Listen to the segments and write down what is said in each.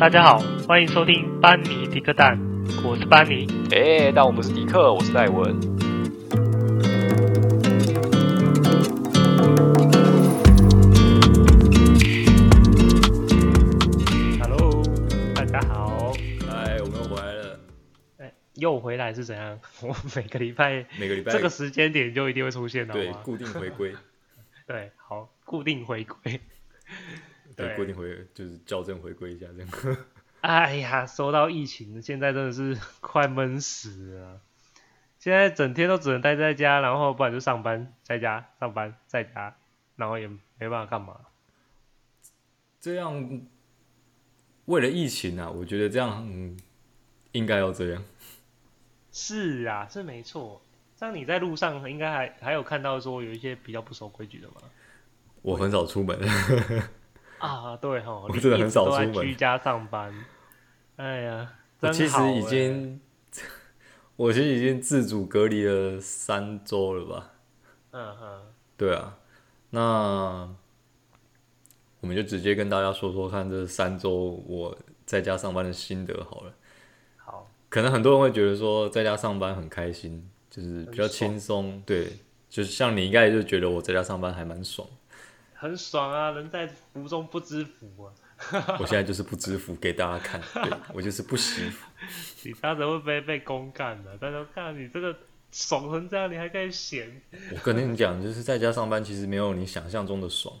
大家好，欢迎收听班尼迪克蛋，我是班尼。哎，但我不是迪克，我是戴文。 Hello，大家好。哎，我们又回来了，哎，又回来是怎样？ 我每个礼拜每个礼拜这个时间点就一定会出现的，对好吗固定 回归，对，好，固定回归。对 对固定回就是校正回归一下这样。哎呀，说到疫情，现在真的是 快闷死了。现在整天都只能待在家，然后不然就上班，在家上班，在家，然后也没办法干嘛。这样为了疫情啊，我觉得这样、嗯、应该要这样。是啊，是没错。像你在路上应该还还有看到说有一些比较不守规矩的嘛？我很少出门，啊，对吼，我真的很少你一直出都在门居家上班。哎呀，我真其好实已哎经，我其实已经自主隔离了三周了吧？嗯哼，对啊，那我们就直接跟大家说说看这三周我在家上班的心得好了。好，可能很多人会觉得说在家上班很开心，就是比较很爽轻松，对，就是像你应该就觉得我在家上班还蛮 爽。很爽啊，人在福中不知福啊。我现在就是不知福给大家看，对我就是不惜福。其他人会被被公干的，但是看你这个爽成这样，你还可以闲？我跟你讲，就是在家上班其实没有你想象中的爽。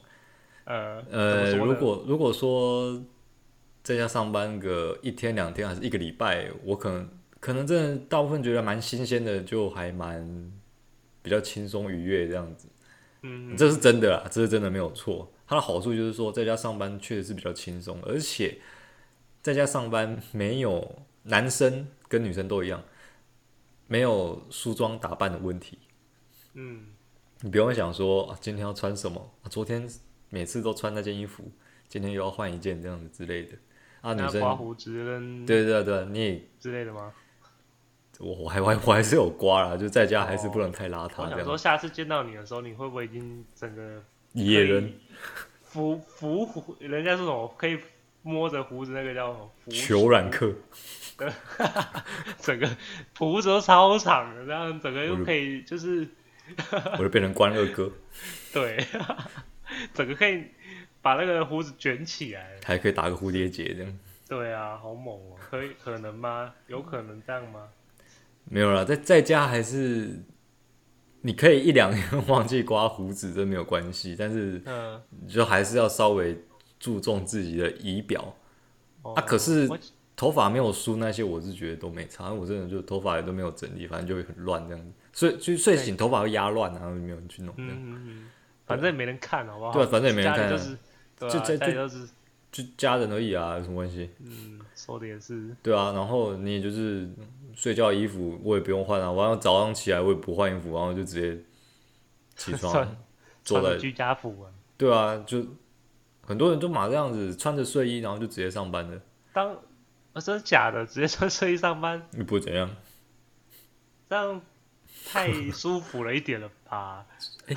呃呃，怎么说呢如果如果说在家上班个一天两天还是一个礼拜，我可能可能真的大部分觉得蛮新鲜的，就还蛮比较轻松愉悦这样子。嗯，这是真的啊啦，这是真的没有错。它的好处就是说，在家上班确实是比较轻松，而且在家上班没有男生跟女生都一样，没有梳妆打扮的问题。嗯，你不用想说、啊、今天要穿什么、啊昨天每次都穿那件衣服，今天又要换一件这样子之类的。啊，女那刮生，胡子跟对对对，你也之类的吗？我我还我还我还是有刮啦，就在家还是不能太邋遢哦我这想说，样。下次见到你的时候，你会不会已经整个野人扶扶胡？人家说什么可以摸着胡子那个叫什么？扶求染客，整个胡子都超长的，这样整个我又就可以就是我就变成关二哥。对， 整个可以把那个胡子卷起来。还可以打个蝴蝶结这样。对啊，好猛哦、可以可能吗？有可能这样吗？没有啦，在在家还是你可以一两天 忘记刮胡子，这没有关系，但是嗯，你就还是要稍微注重自己的仪表。哦啊可是我头发没有梳那些，我是觉得都没差。我真的就头发也都没有整理，反正就会很乱这样子。所以就睡醒头发会压乱啊，然后没有人去弄这嗯样。嗯嗯，反正也没人看，好不好？对啊反正也没人看啊家里就是，对就啊，在家里就是，就家人而已啊，有什么关系？嗯，说的也是，对啊，然后你也就是睡觉衣服我也不用换啊，晚上早上起来我也不换衣服，然后就直接起 穿床坐穿在着居家服啊。对啊，就很多人就马这样子穿着睡衣，然后就直接上班了，当啊真的假的，直接穿睡衣上班，又不会怎样。这样太舒服了一点了吧？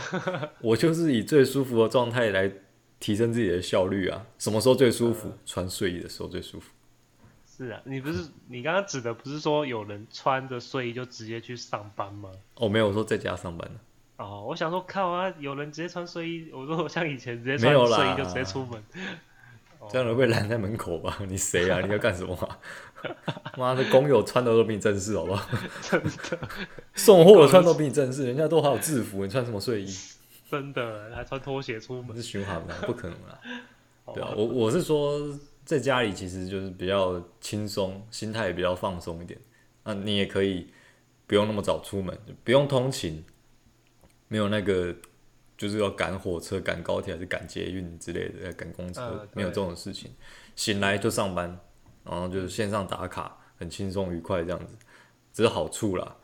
我就是以最舒服的状态来提升自己的效率啊。什么时候最舒服？穿睡衣的时候最舒服。是啊，你不是你刚刚指的不是说有人穿着睡衣就直接去上班吗？哦，没有我说在家上班的，哦，我想说靠啊，有人直接穿睡衣，我说我像以前直接没穿有啦睡衣就直接出门，这样人会拦在门口吧？ 你谁啊？你要干什么、啊？ 妈的，工友穿的都比你正式，好不好？ 真的送货的穿都比你正式，人家都还有制服，你穿什么睡衣？真的还穿拖鞋出你门，是循环的，不可能啦。 好对啊吧，我我是说，在家里其实就是比较轻松，心态也比较放松一点。那你也可以不用那么早出门，就不用通勤，没有那个就是要赶火车、赶高铁还是赶捷运之类的，呃赶公车，嗯对没有这种事情。醒来就上班，然后就是线上打卡，很轻松愉快这样子，这是好处啦。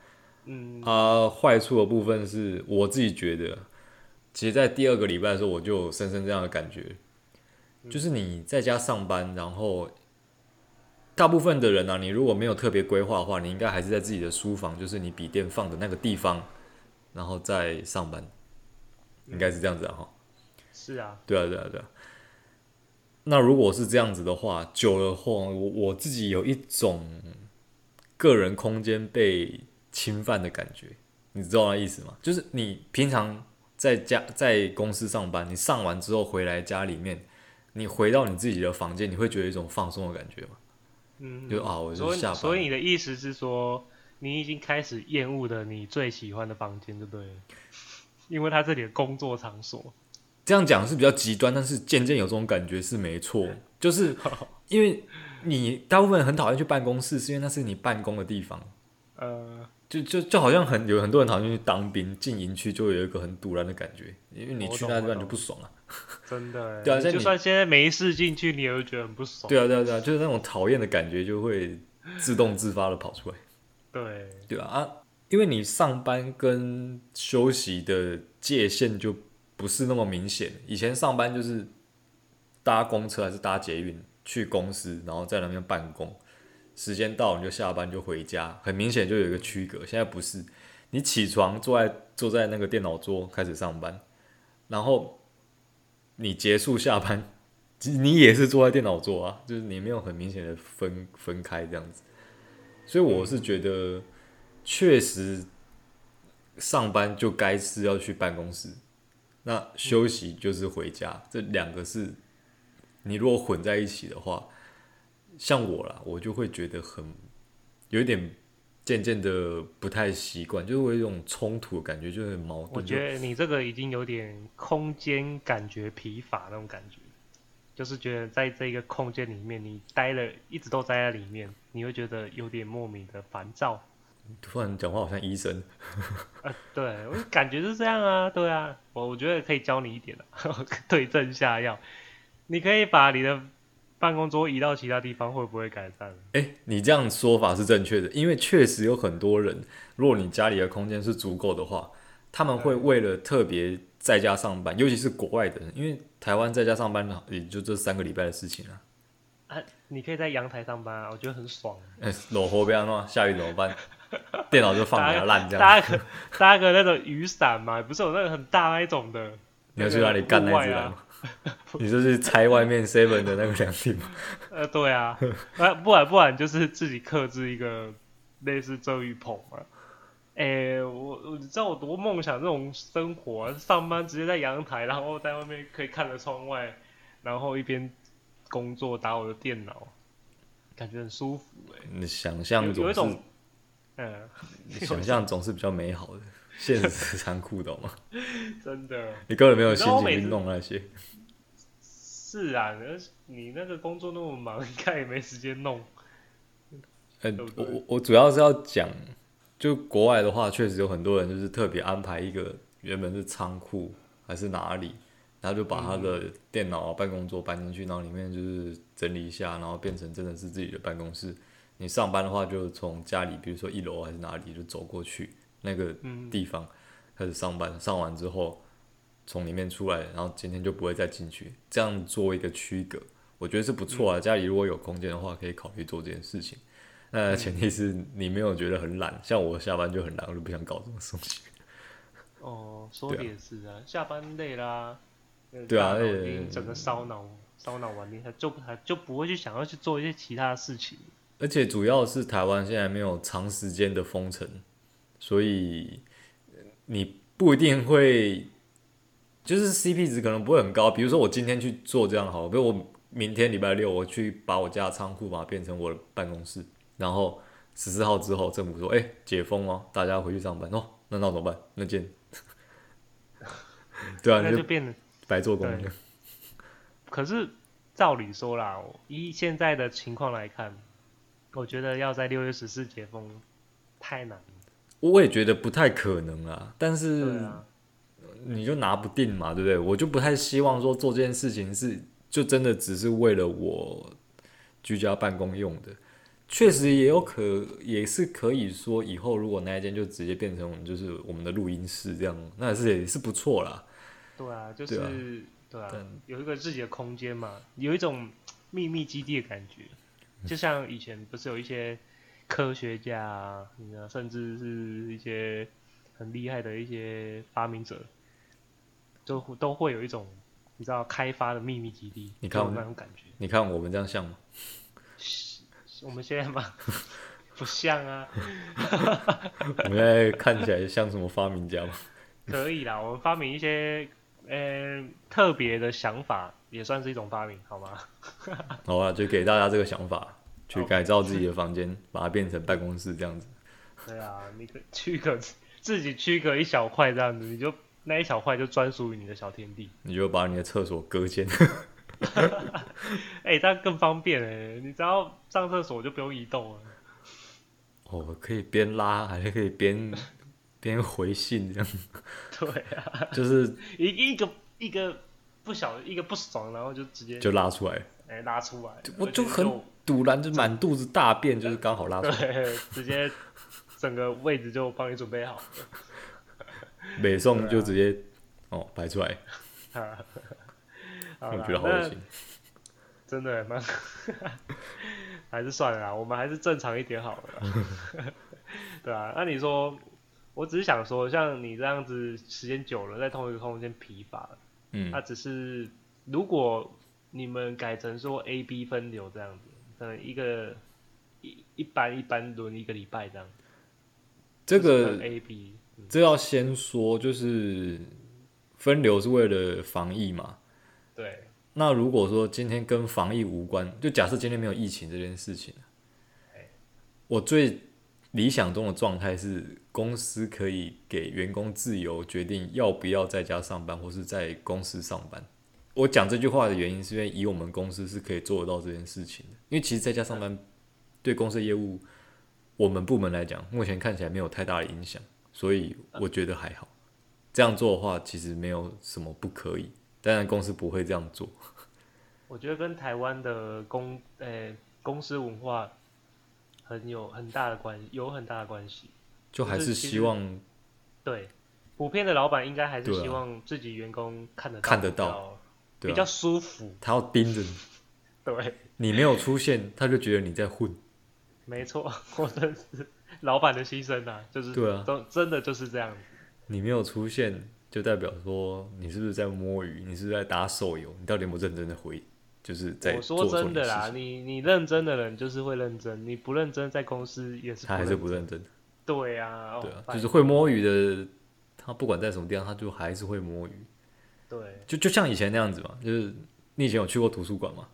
嗯，啊，坏处的部分是我自己觉得，其实，在第二个礼拜的时候，我就有深深这样的感觉，就是你在家上班，然后大部分的人啊，你如果没有特别规划的话，你应该还是在自己的书房，就是你笔电放的那个地方，然后再上班，应该是这样子啊，哈。是啊，对啊，对啊，对啊。那如果是这样子的话，久了后，我我自己有一种个人空间被侵犯的感觉，你知道那意思吗？就是你平常在家在公司上班，你上完之后回来家里面，你回到你自己的房间，你会觉得一种放松的感觉吗？嗯，就啊，我就所以下班所以你的意思是说，你已经开始厌恶了你最喜欢的房间，就对了，因为它是你的工作场所。这样讲是比较极端，但是渐渐有这种感觉是没错，就是因为你大部分人很讨厌去办公室，是因为那是你办公的地方。呃，就就就好像很有很多人好像去当兵进营区，就会有一个很堵然的感觉，因为你我去懂那地我方你就懂不爽啊。真的欸，对啊像就你算现在没事进去，你也会觉得很不爽。对啊，对啊，对啊，就是那种讨厌的感觉就会自动自发的跑出来。对，对啊啊，因为你上班跟休息的界限就不是那么明显。以前上班就是搭公车还是搭捷运去公司，然后在那边办公，时间到你就下班就回家，很明显就有一个区隔。现在不是，你起床坐在坐在那个电脑桌开始上班，然后你结束下班， 其实你也是坐在电脑桌啊，就是你没有很明显的分分开这样子。所以我是觉得，确实上班就该是要去办公室，那休息就是回家，这两个是你如果混在一起的话，像我啦，我就会觉得很有一点渐渐的不太习惯，就是会有一种冲突的感觉，就是很矛盾。我觉得你这个已经有点空间感觉疲乏那种感觉，就是觉得在这个空间里面你待了，一直都待在里面，你会觉得有点莫名的烦躁。突然讲话好像医生，啊，对，我感觉是这样啊， 对啊，我我觉得可以教你一点啊， 对症下药。你可以把你的办公桌移到其他地方，会不会改善？哎、你这样说法是正确的，因为确实有很多人，如果你家里的空间是足够的话，他们会为了特别在家上班，尤其是国外的人，因为台湾在家上班也就这三个礼拜的事情啊。啊，你可以在阳台上班啊，我觉得很爽。哎、裸活被安弄，下雨怎么办？电脑就放给它烂这样。搭个搭个那种雨伞嘛，不是有那个很大那一种的？你要去哪里干那一只那来个户吗？你啊就是拆外面 seven 的那个凉亭吗？呃，对 啊，啊，不然不然就是自己克制一个类似遮雨棚嘛。诶、我我你知道我多梦想这种生活、啊，上班直接在阳台，然后在外面可以看着窗外，然后一边工作打我的电脑，感觉很舒服诶、你想象有有总一是种，嗯，你想象总是比较美好的，现实是残酷的好吗？真的你根本没有你知心道我情每去次弄那些。是啊，而你那个工作那么忙，应该也没时间弄。对呃不，我对我我主要是要讲，就国外的话，确实有很多人就是特别安排一个原本是仓库还是哪里，然后就把他嗯的电脑、啊办公桌搬进去，然后里面就是整理一下，然后变成真的是自己的办公室。你上班的话，就从家里，比如说一楼还是哪里，就走过去那个嗯地方开始上班。上完之后，从里面出来，然后今天就不会再进去，这样做一个区隔，我觉得是不错嗯啊。家里如果有空间的话，可以考虑做这件事情。那嗯前提是你没有觉得很懒，像我下班就很懒，我就不想搞这种东西。哦，说的对啊也是啊，下班累啦，那个对啊大脑而已且经整个烧脑烧脑完，你还就还就不会去想要去做一些其他的事情。而且主要是台湾现在没有长时间的封城，所以呃你不一定会，就是 CP 值可能不会很高。比如说我今天去做这样好了，比如我明天礼拜六我去把我家的仓库把它变成我的办公室，然后十四号之后政府说，哎、解封哦，大家回去上班哦，那那怎么办？那见。 对啊，那你就就变得，白做工了对。可是照理说啦，我依现在的情况来看，我觉得要在六月十四解封太难了。我也觉得不太可能啊，但对是啊，你就拿不定嘛，对不对？我就不太希望说做这件事情是就真的只是为了我居家办公用的，确实也有可也是可以说以后如果那一间就直接变成我们就是我们的录音室这样，那也是也是不错啦。对啊，就对啊是对啊但，有一个自己的空间嘛，有一种秘密基地的感觉。就像以前不是有一些科学家啊，你知道，甚至是一些很厉害的一些发明者，都都会有一种你知道开发的秘密基地，你看我有们那种感觉。你看我们这样像吗？我们现在 嘛不像啊，我们现在看起来像什么发明家吗？可以啦，我们发明一些呃特别的想法，也算是一种发明，好吗？好啊，就给大家这个想法，去改造自己的房间，把它变成办公室这样子。对啊，你可区隔自己区隔一小块这样子，你就那一小块就专属于你的小天地。你就把你的厕所隔间，哎、这样更方便哎、你只要上厕所就不用移动了。哦，可以边拉还是可 以边边回信这样，对啊，就是 一一个一个不小一个不爽，然后就直接就拉出 来。哎、拉出来，而我且就很堵然，就满肚子大便，就是刚好拉出来， 对， 直接整个位置就帮你准备好。 北宋就直接哦摆出来，啊， 好我啦觉得好那恶心。真的蛮， 还是算了啦，我们还是正常一点好了啦。 对啊，那你说，我只是想说，像你这样子时间久了，在同一个空间疲乏了，嗯那、，只是如果你们改成说 A、B 分流这样子，可能一个一一班一班轮一个礼拜这样，这就是个可能 A、B，嗯，这要先说，就是分流是为了防疫嘛。对，那如果说今天跟防疫无关，就假设今天没有疫情这件事情啊哎，我最理想中的状态是，公司可以给员工自由决定要不要在家上班，或是在公司上班。我讲这句话的原因，是因为以我们公司是可以做得到这件事情的。因为其实在家上班，对公司的业务，我们部门来讲，目前看起来没有太大的影响，所以我觉得还好。这样做的话，其实没有什么不可以。当然，公司不会这样做。我觉得跟台湾的公呃、公司文化很有很大的关有很大的关系。就还是希望对，普遍的老板应该还是对啊希望自己员工看得到看得比较到对比较啊，舒服。他要盯着你，对，你没有 出现，他就觉得你在混。没错， 我真是老板的牺牲啊，就是对啊都真的就是这样子。你没有出现，就代表说你是不是在摸鱼？你是不是在打手游？你到底有没有认真的回？就是在我做说做真你的的事啦，情，你你认真的人就是会认真，你不认真在公司也是他还认是不认真。对啊，对啊哦，拜就是会摸鱼的，他不管在什么地方，他就还是会摸鱼。对，就就像以前那样子嘛，就是你以前有去过图书馆吗？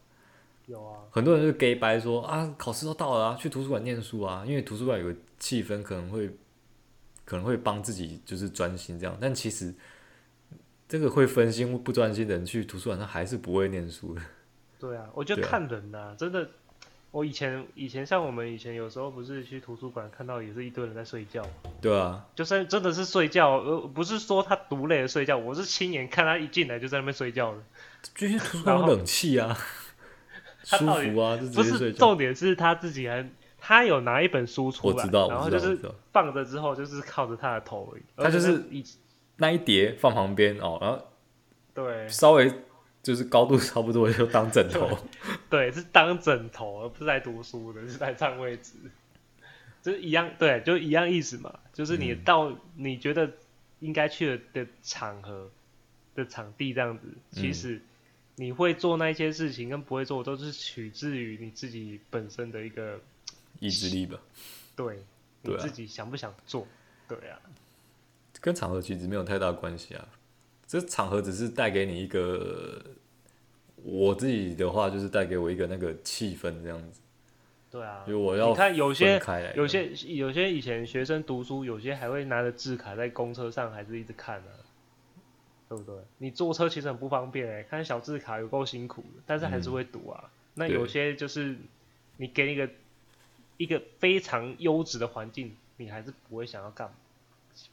有啊，很多人就 gay 白说啊，考试都到了、啊，去图书馆念书啊，因为图书馆有个气氛，可能会可能会帮自己就是专心这样。但其实这个会分心不专心的人去图书馆，他还是不会念书的。对啊，我觉得对啊看人呐、真的。我以前以前像我们以前有时候不是去图书馆看到也是一堆人在睡觉，对啊，就是真的是睡觉，呃，不是说他独累的睡觉，我是亲眼看他一进来就在那边睡觉了。就去图书馆有然后冷气啊，舒他到底服啊，就不直接是睡觉。重点是他自己还，他有拿一本书出我来，知道，然我后知就道，我是知道。放着之后就是靠着他的头而已，他就是而且一那一叠放旁边哦，然后对稍微就是高度差不多就当枕头。对是当枕头，而不是在读书的，是在占位置，就是一样对，就一样意思嘛，就是你嗯到你觉得应该去的的场合的场地这样子，其嗯实。你会做那些事情跟不会做，都是取自于你自己本身的一个意志力吧，对，你对啊自己想不想做？对啊，跟场合其实没有太大关系啊。这场合只是带给你一个，我自己的话就是带给我一个那个气氛这样子，对啊就。是我要你看有分些开来，有些有些以前学生读书，有些还会拿着字卡在公车上，还是一直看呢、对不对？你坐车其实很不方便哎、看小字卡有够辛苦的，但是还是会读啊。那嗯对有些就是你给你一个一个非常优质的环境，你还是不会想要干，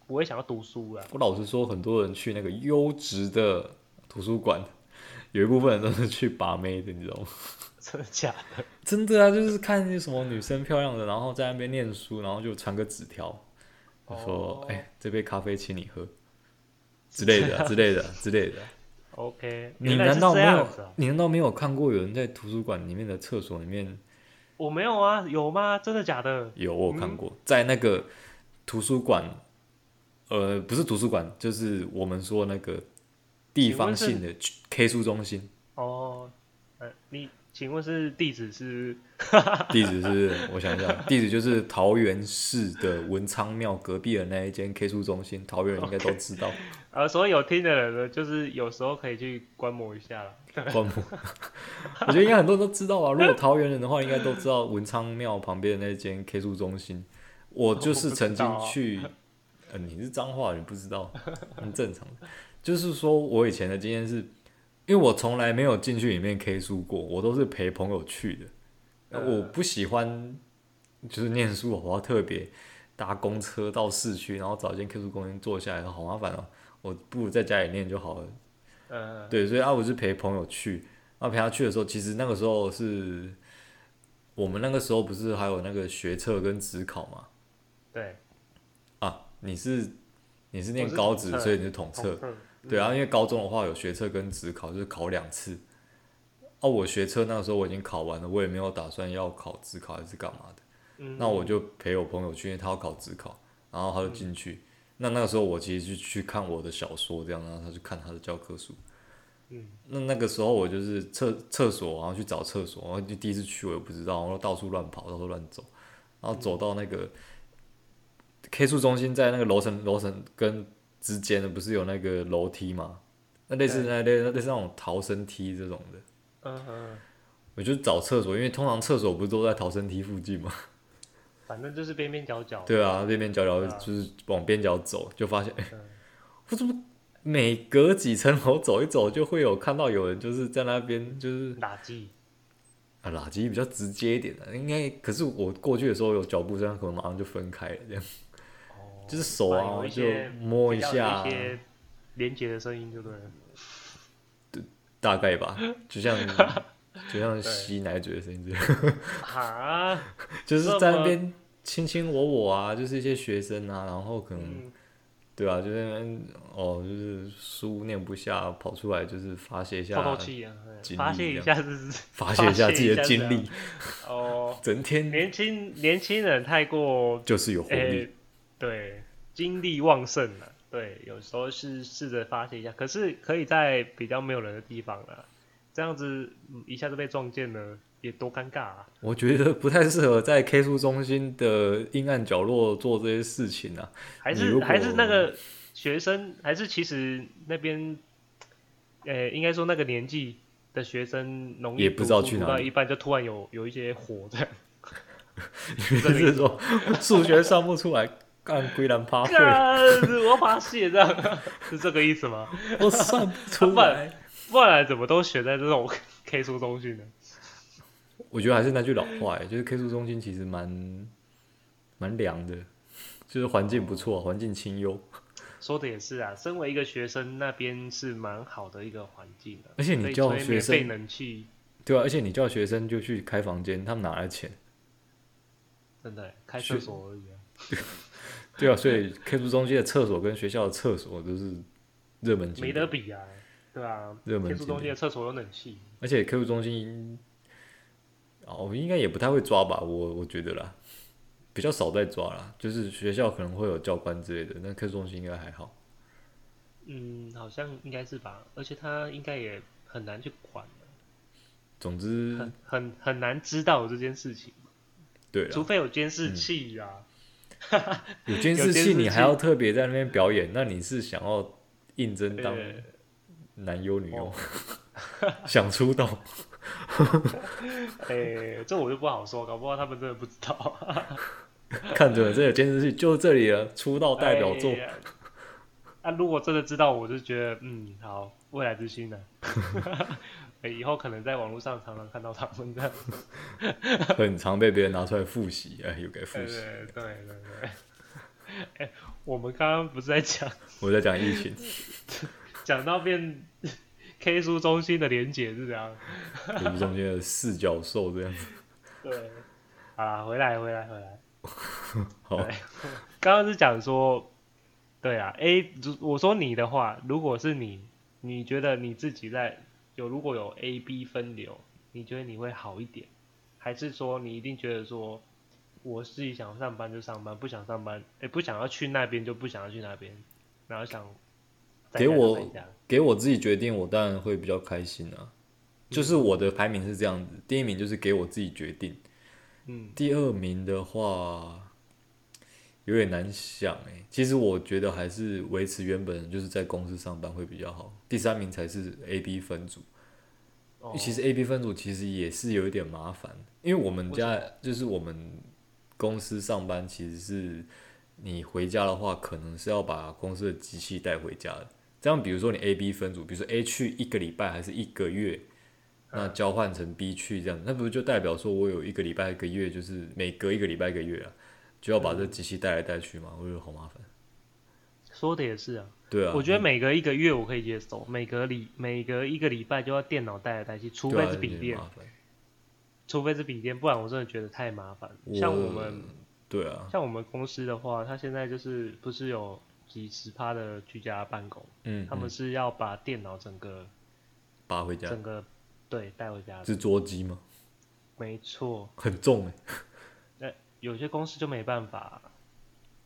不会想要读书啊。 我老实说，很多人去那个优质的图书馆，有一部分人都是去把妹的，你知道吗？ 真的假的？真的啊，就是看见什么女生漂亮的，然后在那边念书，然后就传个纸条，就说哦：“哎、这杯咖啡请你喝。”之类 的啊、之类的啊、之类的啊。 OK，你原来难是道这没有样子啊？？你难道没有看过有人在图书馆里面的厕所里面我没有啊，有吗？真的假的？有？我有看过，在那个图书馆，呃，不是图书馆，就是我们说那个请地问方是性的 K 书中心哦，呃，你请问是地址是地址是，我想一下，地址就是桃园市的文昌庙隔壁的那一间 K 书中心，桃园人应该都知道。呃，所以有听的人呢，就是有时候可以去观摩一下啦。 灌木，我觉得应该很多人都知道啊。如果桃园人的话，应该都知道文昌庙旁边的那间 K 书中心。我就是曾经去，呃，你是彰化人不知道， 很正常的。就是说我以前的经验是，因为我从来没有进去里面 K 书过，我都是陪朋友去的。那我不喜欢就是念书，我要特别搭公车到市区，然后找一间 K 书公园坐下来，好麻烦哦。我不如在家里念就好了。呃，对，所以啊，我是陪朋友去，啊，陪他去的时候，其实那个时候是我们那个时候不是还有那个学测跟职考嘛？对，啊，你是你是念我是高统职，测所以你是统测，嗯对啊，因为高中的话有学测跟职考，就是考两次。哦、我学测那个时候我已经考完了，我也没有打算要考职考还是干嘛的，嗯，那我就陪我朋友去，因为他要考职考，然后他就进去。嗯那那个时候我其实就去看我的小说，这样，然后他去看他的教科书。嗯那那个时候我就是厕厕所，然后去找厕所，然后就第一次去我也不知道，然后到处乱跑，到处乱走，然嗯后走到那个 K 数中心，在那个楼层楼层跟之间的不是有那个楼梯吗？那类似那类类似那种逃生梯这种的，嗯嗯，我就找厕所，因为通常厕所不是都在逃生梯附近吗？ 反正就是边边角角。对啊，边边角角对啊就是往边角走，就发现哎、嗯 我怎么每隔几层楼走一走，就会有看到有人就是在那边就是。打击，啊，垃圾比较直接一点的、应该。可是我过去的时候有脚步声，可能马上就分开了，这样哦，就是手反而有啊一就些摸一比较下啊有一，些连接的声音就对了。大概吧，就 像就像吸奶嘴的声音这样，啊，就是在那边卿卿我我啊，就是一些学生啊，然后可能、嗯，对啊，就是那边哦，就是书念不下，跑出来就是发泄一下透，透气啊，经哎发历泄一下是发泄发泄一下一下自己的这经样历，哦。整天年轻年轻人太过就是有活诶、力。对，精力旺盛了、对，有时候是试着发泄一下，可是可以在比较没有人的地方啊，这样子嗯一下子被撞见了，也多尴尬啊！我觉得不太适合在 K 书中心的阴暗角落做这些事情 啊。还你是如果还是那个学生，还是其实那边，呃、应该说那个年纪的学生，容易也不知道读书去读哪到里一半就突然有有一些火 这样，就是说数学算不出来，干归然趴会，干我要发泄这样， 是这个意思吗？我算不出来。不然怎么都选在这种 K 书中心呢？我觉得还是那句老话、欸，就是 K 书中心其实蛮蛮凉的，就是环境不错，环境清幽，说的也是啊，身为一个学生，那边是蛮好的一个环境的、啊。而且你所以叫吹学生免费冷气，对啊，而且你叫学生就去开房间，他们哪来钱？真的开学厕所而已、啊。对啊，所以 K 书中心的厕所跟学校的厕所都是热门景没点得比啊，对啊，热门天书景中心点的厕所有冷气，而且 Q 中心，哦，我应该也不太会抓吧，我我觉得啦，比较少在抓啦，就是学校可能会有教官之类的，但 Q 中心应该还好。嗯，好像应该是吧，而且他应该也很难去管，总 之很，很很难知道这件事情，对啊嗯了除，非有监视器啊。有监视器你还要特别在那边表演，那你是想要应征当对哦男优女优， 想出道？哎、这我就不好说，搞不好他们真的不知道。看准了这有监视器，就这里了，出道代表作哎。呀啊，如果真的知道，我就觉得嗯，好，未来之星 呢、哎以后可能在网络上常常看到他们这样。 很常被别人拿出来复习，哎，又给复对习。对对对。 哎、我们刚刚不是在讲 我在讲疫情，讲到变 K 书中心的连结是怎样？就是中间的四角兽这样子。对，好啦，回来回来回来，好，刚刚是讲说，对啊，A，如我说你的话，如果是你，你觉得你自己在有如果有 A、B 分流，你觉得你会好一点，还是说你一定觉得说，我自己想上班就上班，不想上班，哎、不想要去那边就不想要去那边，然后想在家给我就在家给我自己决定，我当然会比较开心啊。就是我的排名是这样子，第一名就是给我自己决定，嗯第二名的话有点难想哎、其实我觉得还是维持原本就是在公司上班会比较好。第三名才是 A B 分组，哦其实 A B 分组其实也是有一点麻烦，因为我们为家就是我们公司上班，其实是你回家的话，可能是要把公司的机器带回家的。这样，比如说你 A B 分组，比如说 A 去一个礼拜还是一个月，啊那交换成 B 去这样，那不是就代表说我有一个礼拜一个月，就是每隔一个礼拜一个月啊，就要把这机器带来带去嘛，我觉得好麻烦。说的也是啊，对啊，我觉得每隔一个月我可以接受，每隔礼每隔一个礼拜就要电脑带来带去，除对非啊是有笔点电，麻烦除非是笔电，不然我真的觉得太麻烦。像我们对啊，像我们公司的话，它现在就是不是有几十趴的居家办公，嗯，他们嗯是要把电脑整个拔回家整个对带回家的，是桌机吗？没错。很重哎、有些公司就没办法，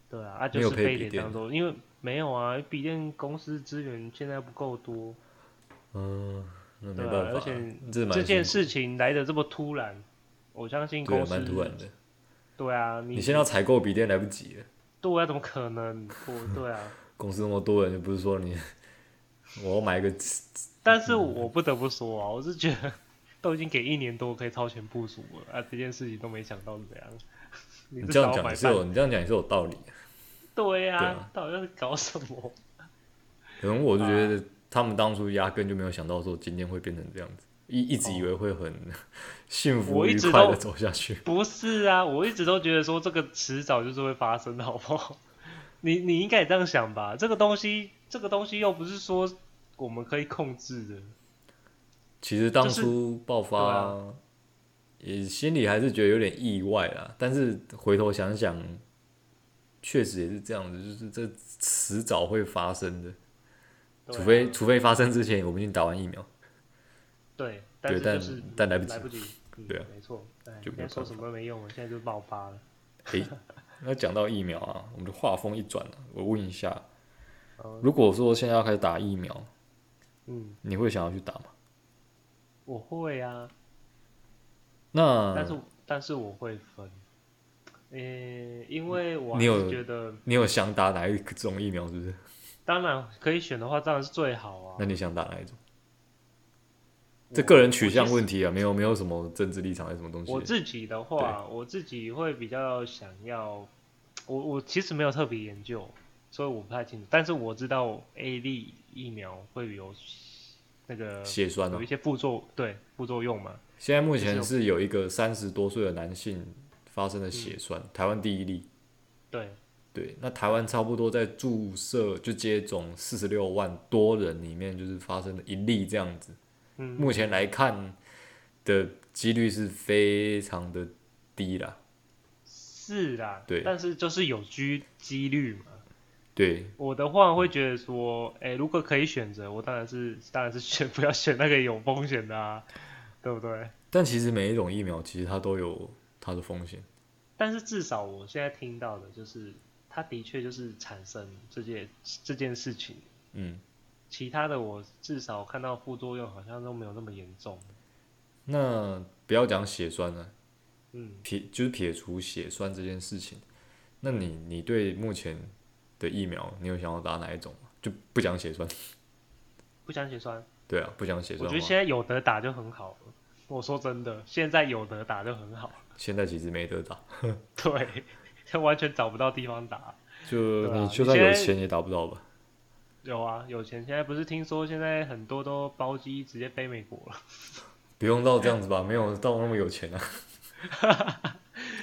对啊，啊没就有是配非笔得这样做，因为没有啊，笔电公司资源现在不够多，嗯，那没对啊办法，而且这蛮这件辛事情来的这么突然，我相信苦对公啊，司蛮突然的。对啊，你你现在要采购笔电来不及了，对啊，怎么可能？我对啊，公司那么多人，就不是说你我要买一个但是嗯我不得不说啊，我是觉得都已经给一年多可以超前部署了啊，这件事情都没想到是怎样。你你至这少样要讲买也是有，半你这样讲也是有道理。对对啊啊，到底要是搞什么？ 可能我就觉啊得他们当初压根就没有想到说今天会变成这样子，一一直以为会很 幸福我愉哦一直快的都走下去。不是啊，我一直都觉得说这个迟早就是会发生的，好不好？ 你你应该也这样想吧？这个东西，这个东西又不是说我们可以控制的。 其实当初爆对发啊，也心里还是觉得有点意外啦。但是回头想想，确实也是这样子，就是这迟早会发生的。对啊除非除非发生之前我们已经打完疫苗，对，但对，是但就是但来不及来。不及。嗯对啊没错。哎就现没有在说办什么都没用了，现在就爆发了。诶，那讲到疫苗啊，我们的话锋一转啊我问一下，嗯如果说现在要开始打疫苗，嗯，你会想要去打吗？我会啊，那但是、但是我会分。嗯，因为我还你有是觉得，你有想打哪一种疫苗是不是？当然可以选的话，当然是最好啊那。你想打哪一种？我这个人取向我其实问题啊，没有没有什么政治立场还是什么东西我的。自己的话，我自己会比较想要，我我其实没有特别研究，所以我不太清楚。但是我知道 A 粒疫苗会有那个血栓啊有一，些副作对副作用嘛，现在目前就是有一个三十多岁的男性发生了血栓，嗯台湾第一例。对，对，那台湾差不多在注射就接种四十六万多人里面，就是发生了一例这样子。嗯，目前来看的几率是非常的低啦。是啦，对但是就是有居几率嘛。对，我的话会觉得说，哎、如果可以选择，我当然是 当然是选不要选那个有风险的啊，对不对？但其实每一种疫苗其实它都有它的风险。但是至少我现在听到的就是，它的确就是产生这件这件事情，嗯，其他的我至少看到副作用好像都没有那么严重。那不要讲血栓了，嗯，撇就是撇除血栓这件事情，那你你对目前的疫苗，你有想要打哪一种吗？就不讲血栓，不想血栓，对啊，不讲血我栓觉的得话现在有得打就很好了。我说真的，现在有得打就很好。现在其实没得打，对，现在 完全找不到地方打。就对啊你就算有你现在钱也打不到吧？有啊，有钱。现在不是听说现在很多都包机直接飞美国了，不用到这样子吧，没有到那么有钱啊。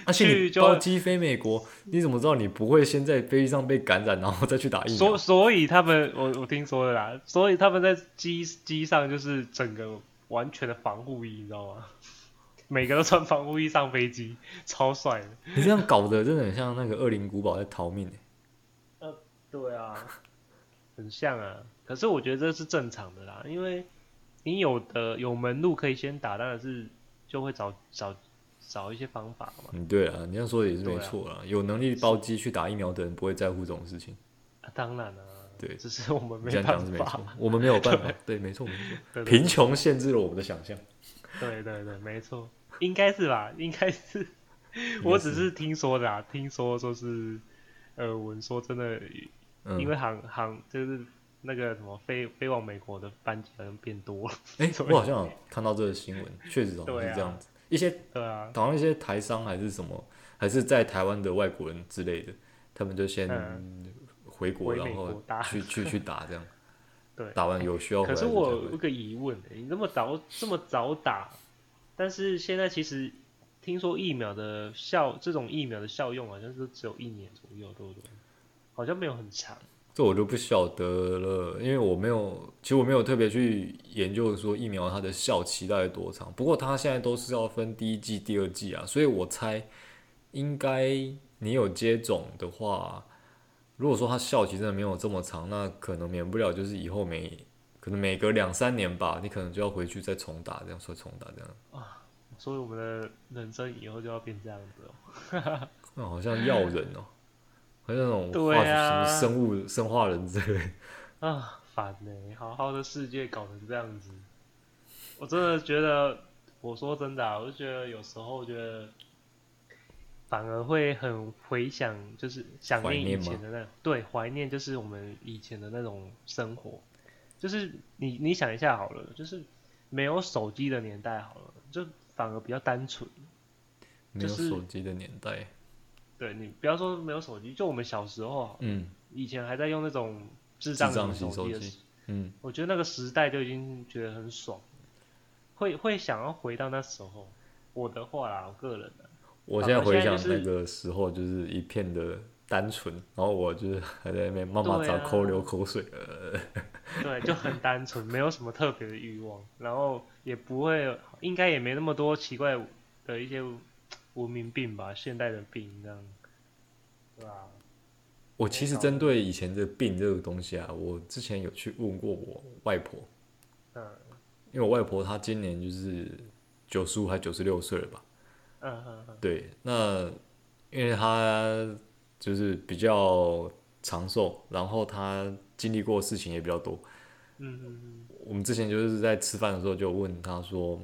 而且你去就包机飞美国，你怎么知道你不会先在飞机上被感染，然后再去打疫所苗？所以他们我我听说的啦，所以他们在机机上就是整个完全的防护衣，你知道吗？ 每个都穿防护衣上飞机， 超帅的。你这样搞得真的很像那个恶灵古堡在逃命、欸、对啊，很像啊。可是我觉得这是正常的啦，因为你有的有门路可以先打，当然是就会找找找一些方法嘛。嗯，对啊，你这样说的也是没对啊错啦。有能力包机去打疫苗的人不会在乎这种事情。啊、当然啦、对，只是我们你没这样讲办是没法错。，我们没有办法，对，没错，没对错，对贫穷限制了我们的想象。对对对，没错，应该是吧，应该是。该 我只是听说的啊，听说说是耳闻说真的，因为嗯，航航就是那个什么飞飞往美国的班机好像变多了， 哎，我好像有看到这个新闻，确实好像对是啊这样子。一些对啊，好像一些台商还是什么，还是在台湾的外国人之类的，他们就先嗯回国，回美然国后打去去去打这样， 对。打完有需要回可来哦是就我再有回。个疑问、欸你那么早这么早打，但是现在其实听说疫苗的效，这种疫苗的效用好像是只有一年左右，对不对？好像没有很长。这我就不晓得了，因为我没有，其实我没有特别去研究说疫苗它的效期大概多长。不过它现在都是要分第一季、第二季啊，所以我猜应该你有接种的话，如果说它效期真的没有这么长，那可能免不了就是以后每可能每隔两三年吧，你可能就要回去再重打，这样说重打这样，所以我们的人生以后就要变这样子哦。那好像药人哦、好像那种对化学、啊什么生物生化人之类的。啊，烦呢、好好的世界搞成这样子，我真的觉得，我说真的、啊，我就觉得有时候觉得，反而会很回想，就是想怀念以念前的那对怀念，就是我们以前的那种生活，就是你你想一下好了，就是没有手机的年代好了，就反而比较单纯。没有就是手机的年代，对你不要说没有手机，就我们小时候好了嗯以前还在用那种智智障障型型手手机的机时嗯。我觉得那个时代就已经觉得很爽，会会想要回到那时候。我的话啦，我个人啊的，我现在回想那个时候，就是一片的单纯，然后我就是还在那边妈妈对啊找抠流口水，呃，对，就很单纯，没有什么特别的欲望，然后也不会，应该也没那么多奇怪的一些文明病吧，现代的病这样，对啊吧、我其实针对以前的病这个东西啊，我之前有去问过我外婆，嗯因为我外婆她今年就是九十五还九十六岁了吧，嗯嗯嗯，对，那因为她就是比较长寿，然后她经历过的事情也比较多，嗯嗯我们之前就是在吃饭的时候就问他说，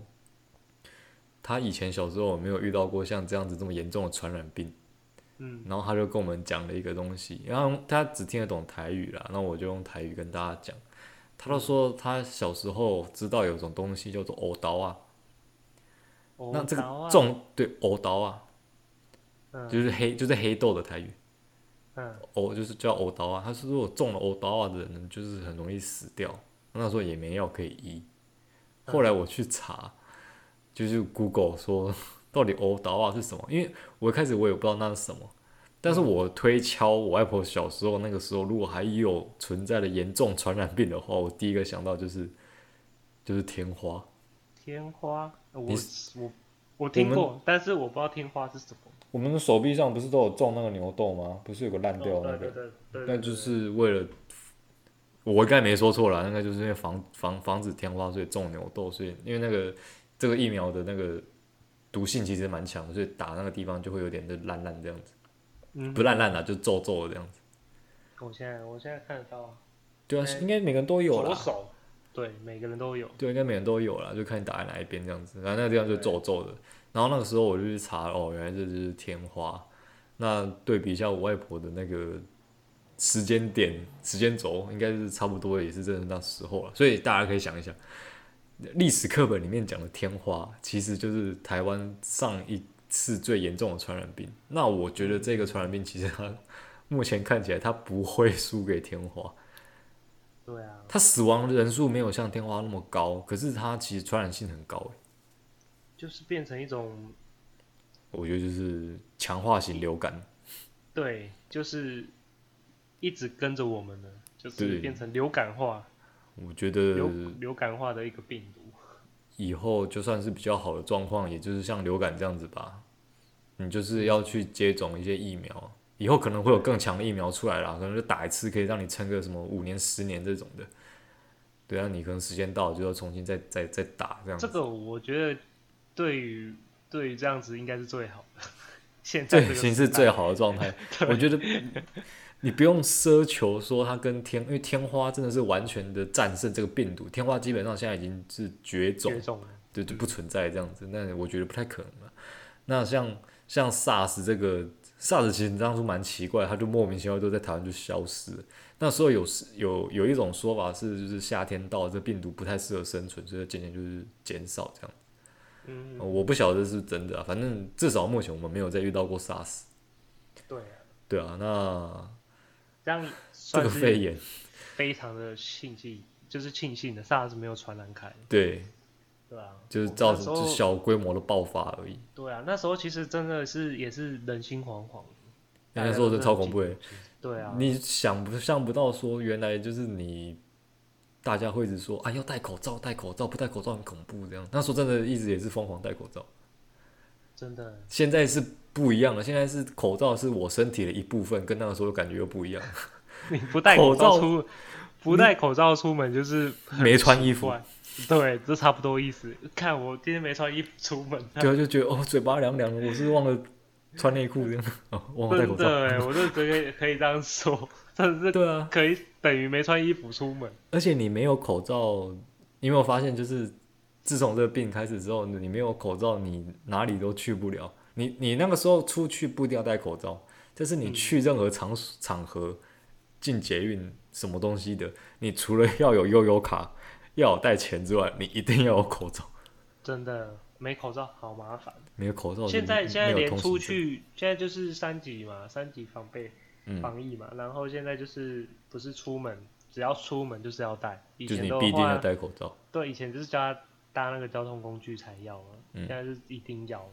他以前小时候有没有遇到过像这样子这么严重的传染病？嗯然后他就跟我们讲了一个东西，然后他只听得懂台语啦，那我就用台语跟大家讲。他就说他小时候知道有种东西叫做欧刀啊，嗯，那这个我懂啊，种对欧刀啊，嗯就是黑就是黑豆的台语，嗯欧就是叫欧刀啊。他是如果中了欧刀啊的人，就是很容易死掉。那时候也没药可以嗯医。后来我去查，就是 Google 说到底欧刀啊是什么？因为我一开始我也不知道那是什么，但是我推敲我外婆小时候那个时候，如果还有存在的严重传染病的话，我第一个想到就是就是天花。天花，呃我你我我听我们过，但是我不知道天花是什么，我们的手臂上不是都有种那个牛痘吗？不是有个烂掉哦那对个？对对对，那对就对是为了，我应该没说错了，那个就是因为防防防止天花，所以种牛痘，所以因为那个这个疫苗的那个毒性其实蛮强的，所以打那个地方就会有点就烂烂这样子，嗯不烂烂啦，就皱皱的这样子。我现在我现在看得到啊对啊哎，应该每个人都有左啦，手，对，每个人都有。对，应该每个人都有啦，就看你打在哪一边这样子，然后那个地方就皱皱的。然后那个时候我就去查，哦，原来这就是天花。那对比一下我外婆的那个时间点、时间轴，应该是差不多，也是真的那时候了。所以大家可以想一想，历史课本里面讲的天花，其实就是台湾上一次最严重的传染病。那我觉得这个传染病其实它 目前看起来它不会输给天花，对啊，它死亡人数没有像天花那么高，可是它其实传染性很高、欸。就是变成一种我觉得就是强化型流感，对，就是一直跟着我们的，就对是变成流感化、我觉得流流感化的一个病毒。嗯以后就算是比较好的状况，也就是像流感这样子吧，你就是要去接种一些疫苗，以后可能会有更强的疫苗出来啦，可能就打一次可以让你撑个什么五年、十年这种的。对啊，你可能时间到了就要重新再再再打这样这子。个我觉得对于对于这样子应该是最好的，现在这这已个经时是代最好的状态，我觉得你不用奢求说它跟天，因为天花真的是完全的战胜这个病毒，天花基本上现在已经是绝种绝，种了，对，就不存在这样子。那我觉得不太可能了。那像像 SARS 这个 SARS，其实当初蛮奇怪，它就莫名其妙就在台湾就消失了。那时候有有有一种说法是，就是夏天到了，这病毒不太适合生存，所以渐渐就是减少这样。嗯，呃我不晓得是不是真的、啊，反正至少目前我们没有再遇到过 SARS。对啊，对啊，那这样这算个肺是炎，非常的庆幸，就是庆幸的，SARS 没有传染开，对，对啊，就是我造那成时候就小规模的爆发而已。对啊，那时候其实真的是也是人心惶惶，那时候真的超恐怖的，对啊，你想不想不到说，原来就是你，大家会一直说啊要戴口罩，戴口罩，不戴口罩很恐怖这样。那时候真的一直也是疯狂戴口罩，真的现在是不一样了，现在是口罩是我身体的一部分，跟那个时候感觉又不一样。你不戴口口罩罩出，不戴口罩出门就是很没穿奇衣服怪，对，这差不多意思。看我今天没穿衣服出门，对啊，就觉得哦嘴巴凉凉的，我是忘了穿内裤这样，哦忘了戴口真罩。的哎，我就觉得可以这样说，真的是对啊，可以等于没穿衣服出门。而且你没有口罩，你有没有发现，就是自从这个病开始之后，你没有口罩，你哪里都去不了。你你那个时候出去不一定要戴口罩，但是你去任何场所场合，进捷运什么东西的，你除了要有悠游卡，要有带钱之外，你一定要有口罩。真的没口罩好麻烦。没有口罩，现在哦你现在没有连通行出证，去，现在就是三级嘛，三级防备嗯，防疫嘛，然后现在就是不是出门，只要出门就是要戴。以就是前你都必定要话戴口罩。对，以前就是叫他搭那个交通工具才要嘛，嗯现在是一定要了。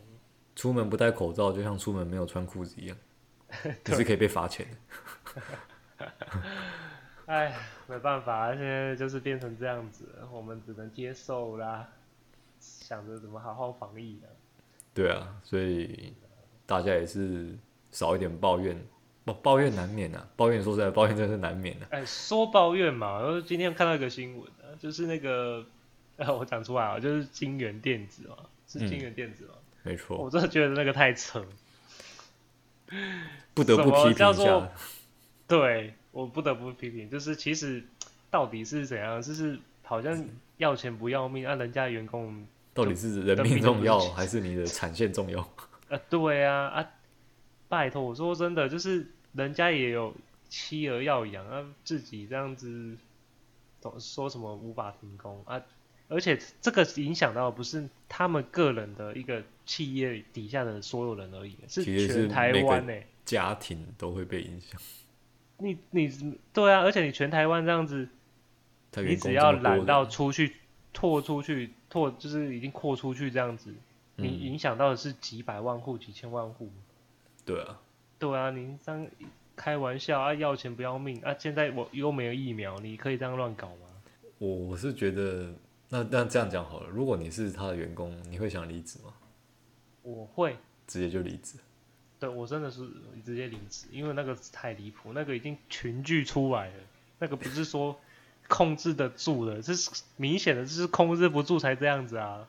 出门不戴口罩，就像出门没有穿裤子 一样，你是可以被罚钱的。哎，没办法，现在就是变成这样子了，我们只能接受啦，想着怎么好好防疫呢。对啊，所以大家也是少一点抱怨，不抱怨难免啊，抱怨说实在，抱怨真的是难免的、啊。哎，说抱怨嘛，然后今天看到一个新闻啊，就是那个， 呃，我讲出来啊，就是金源电子嘛，是金源电子嘛，哦没错，我真的觉得那个太扯。不得不批什么叫评一做下。对我不得不批评，就是其实到底是怎样，就是好像要钱不要命，啊，人家员工到底是人命重要这还是你的产线重要？啊，对啊啊，拜托，我说真的，就是人家也有妻儿要养啊，自己这样子，总说什么无法停工啊，而且这个影响到的不是他们个人的一个企业底下的所有人而已，是其实是全台每个湾呢、欸家庭都会被影响，你你对啊，而且你全台湾这样子，他你员工只要这么多懒人到出去拓出去拓，就是已经扩出去这样子，你嗯，影响到的是几百万户、几千万户。对啊，对啊，你这样开玩笑啊，要钱不要命啊！现在我又没有疫苗，你可以这样乱搞吗？我我是觉得，那那这样讲好了，如果你是他的员工，你会想离职吗？我会，直接就离职？对我真的是直接离职，因为那个太离谱，那个已经群聚出来了，那个不是说控制得住的，这是明显的，这是控制不住才这样子啊。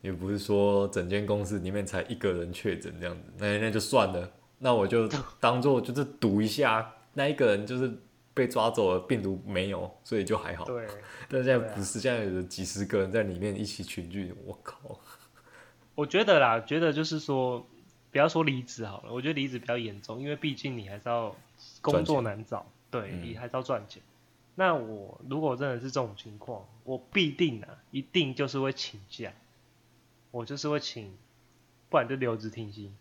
也不是说整间公司里面才一个人确诊这样子，那那就算了，那我就哦当做就是赌一下，那一个人就是被抓走了，病毒没有，所以就还好。对，但现在对啊不是，现在有几十个人在里面一起群聚，我靠，我觉得啦，觉得就是说，不要说离职好了，我觉得离职比较严重，因为毕竟你还是要工作难找，对嗯你还是要赚钱。那我如果真的是这种情况，我必定啊，一定就是会请假，我就是会请，不然就留职停薪，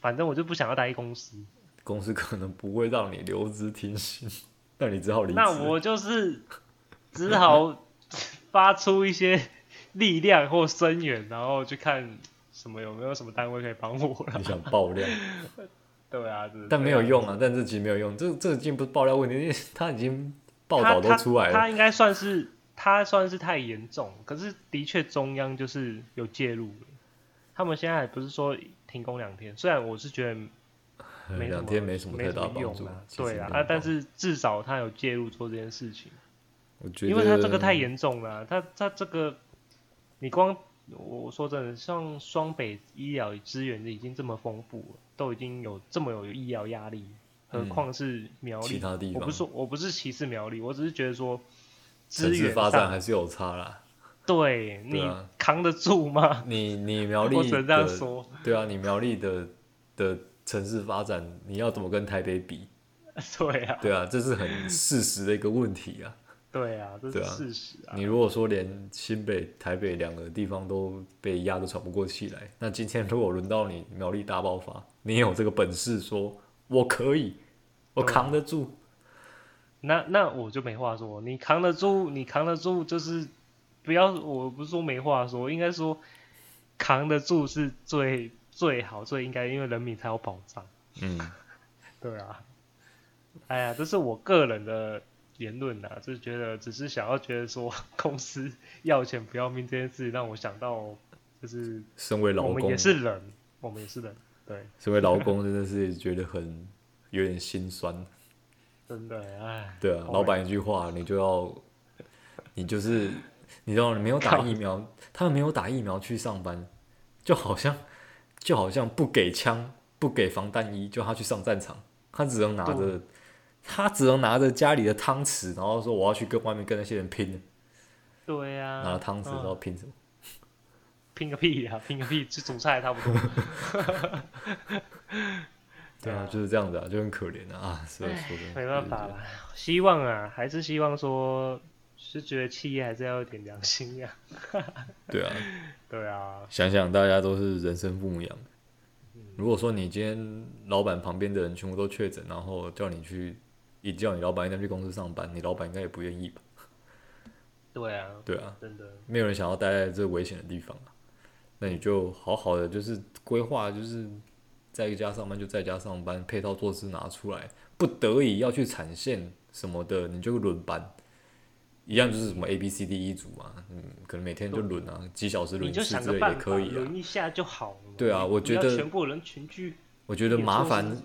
反正我就不想要待公司，公司可能不会让你留职停薪，那你只好离职。那我就是只 好发出一些 力量或声援，然后去看什么有没有什么单位可以帮我了。你想爆 料，对啊，只是但这没有样用啊，但这集没有用，这这已经不是爆料问题，因为他已经报他道都他出来了他。应该算是他算是太严重，可是的确中央就是有介入了他们现在还不是说停工两天，虽然我是觉得呃没什么两天没什么太大帮用助啊，，其实对没啊什，么啊，但帮助是至少他有介入做这件事情，我觉得因为他这个太严重了啊、他他这个你光我我说真的，像双北医疗资源已经这么丰富了，都已经有这么有医疗压力，何况是苗嗯其栗。他地我方不是说我不是歧视苗栗，我只是觉得说城资市源发展上，还是有差啦。对你对啊扛得住吗？你你苗我栗只能这样的说。 对啊，你苗栗的的城市发展，你要怎么跟台北比？对啊，对啊，这是很事实的一个问题啊。对啊，这对是啊事实啊。你如果说连新北、台北两个地方都被压得喘不过气来，那今天如果轮到你苗栗大爆发，你有这个本事说我可以，我啊扛得住，那那我就没话说，你扛得住，你扛得住就是不要，我不是说没话说，应该说扛得住是最最好最应该，因为人民才有保障。嗯，对啊，哎呀，这是我个人的言论呐，就是觉得只是想要觉得说 公司要钱不要命这件事，让我想到就是身为劳我们工也，是人，我们也是人，对，身为劳工真的是觉得很有点心酸。真的哎，对啊， Oh my 老板一句话，你就要，你就是，你知道，你没有打靠疫苗，他们没有打疫苗去上班，就好像，就好像不给枪，不给防弹衣，就他去上战场，他只能拿着，他只能拿着家里的汤匙，然后说我要去跟外面跟那些人拼，对呀、拿着汤匙嗯然后拼什么？拼个屁呀、拼个屁，吃煮菜差不多。对啊，对啊哎就是这样子啊，就很可怜啊，啊，是的，说真的，没办法啦，希望啊，还是希望说，是觉得企业还是要有点良心呀、对啊，对啊，想想大家都是人生父母养。如果说你今天老板旁边的人全部都确诊，然后叫你去，一叫你老板一定要去公司上班，你老板应该也不愿意吧？对啊，对啊，真的，没有人想要待在这危险的地方啊。那你就好好的就是规划，就是在家上班就在家上班，配套措施拿出来，不得已要去产线什么的，你就轮班。一样就是什么 A B C D 一组嘛，嗯，可能每天就轮啊，几小时轮你一就次想之个类也办法，可以啊。轮一下就好了嘛。对啊你我不觉要得全部人群聚，我觉得也麻做烦事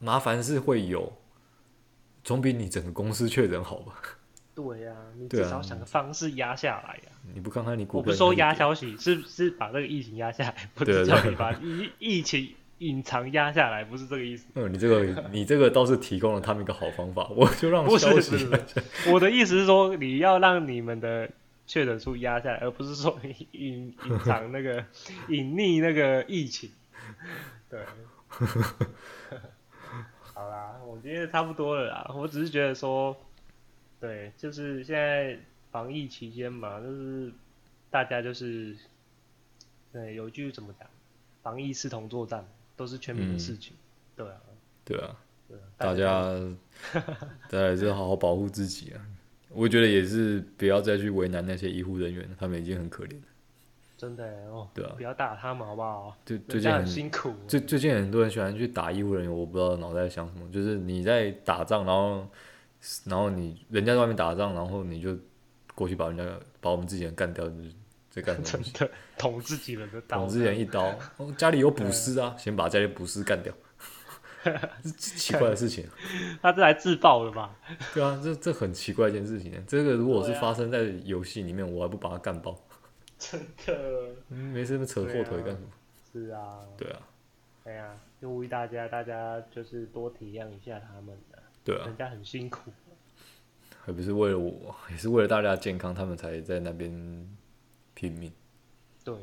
麻烦是会有，总比你整个公司确诊好吧？ 对啊，你对至啊少想个方式压下来呀、你不看看你股我不票是你说会压跌消息，是是把这个疫情压下来，不对是对叫你把疫疫情隐藏压下来，不是这个意思。嗯，你这个 你这个倒是提供了他们一个好方 法，我就让不是消不息是不是，我的意思是说，你要让你们的确诊数压下来，而不是说你隐隐藏那个隐匿那个疫情。 对，好啦，我觉得差不多了啦。我只是觉得说，对，就是现在防疫期间嘛，就是大家就是，对，有一句怎么讲？防疫视同作战，都是全民的嗯事情。对啊， 对啊，对啊，大家 大家也是好好保护自己啊。我觉得也是不要再去为难那些医护人员，他们已经很可怜了。真的耶哦，对啊不要打他们好不好？最人最近家很很辛苦，最最近很多人喜欢去打医护人员，我不知道脑袋在想什么。就是你在打仗，然后然后你人家在外面打仗，然后你就过去把人家把我们自己人干掉，就是在干什真么东西？的 捅自己人的刀，捅自己人一刀，哦家里有捕尸啊，先把家里捕尸干掉，这这奇怪的事情啊，他这还自爆了吧？对啊，这这很奇怪的一件事情。这个如果是对啊发生在游戏里面，我还不把它干爆？真的嗯没事，那扯后对啊腿干什么？ 是啊，对啊，哎呀，呼吁大家，大家就是多体谅一下他们啊对啊人，家很辛苦，还不是为了我，也是为了大家的健康，他们才在那边拼命。对呀，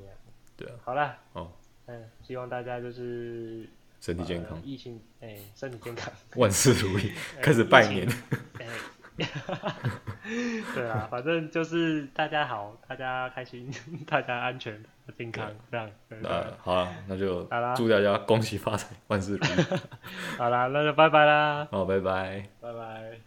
对啊，好啦，哦，嗯，希望大家就是身体健呃康，疫情哎，身体健康， 万事如意，哎开始拜年。疫。情哎 对啊，反正就是大家好，大家开心， 大家安全、健康，这样。对对那哎好了，那就好啦祝大家恭喜发财，万事如意。好啦，那就拜拜啦，好，拜拜。拜拜。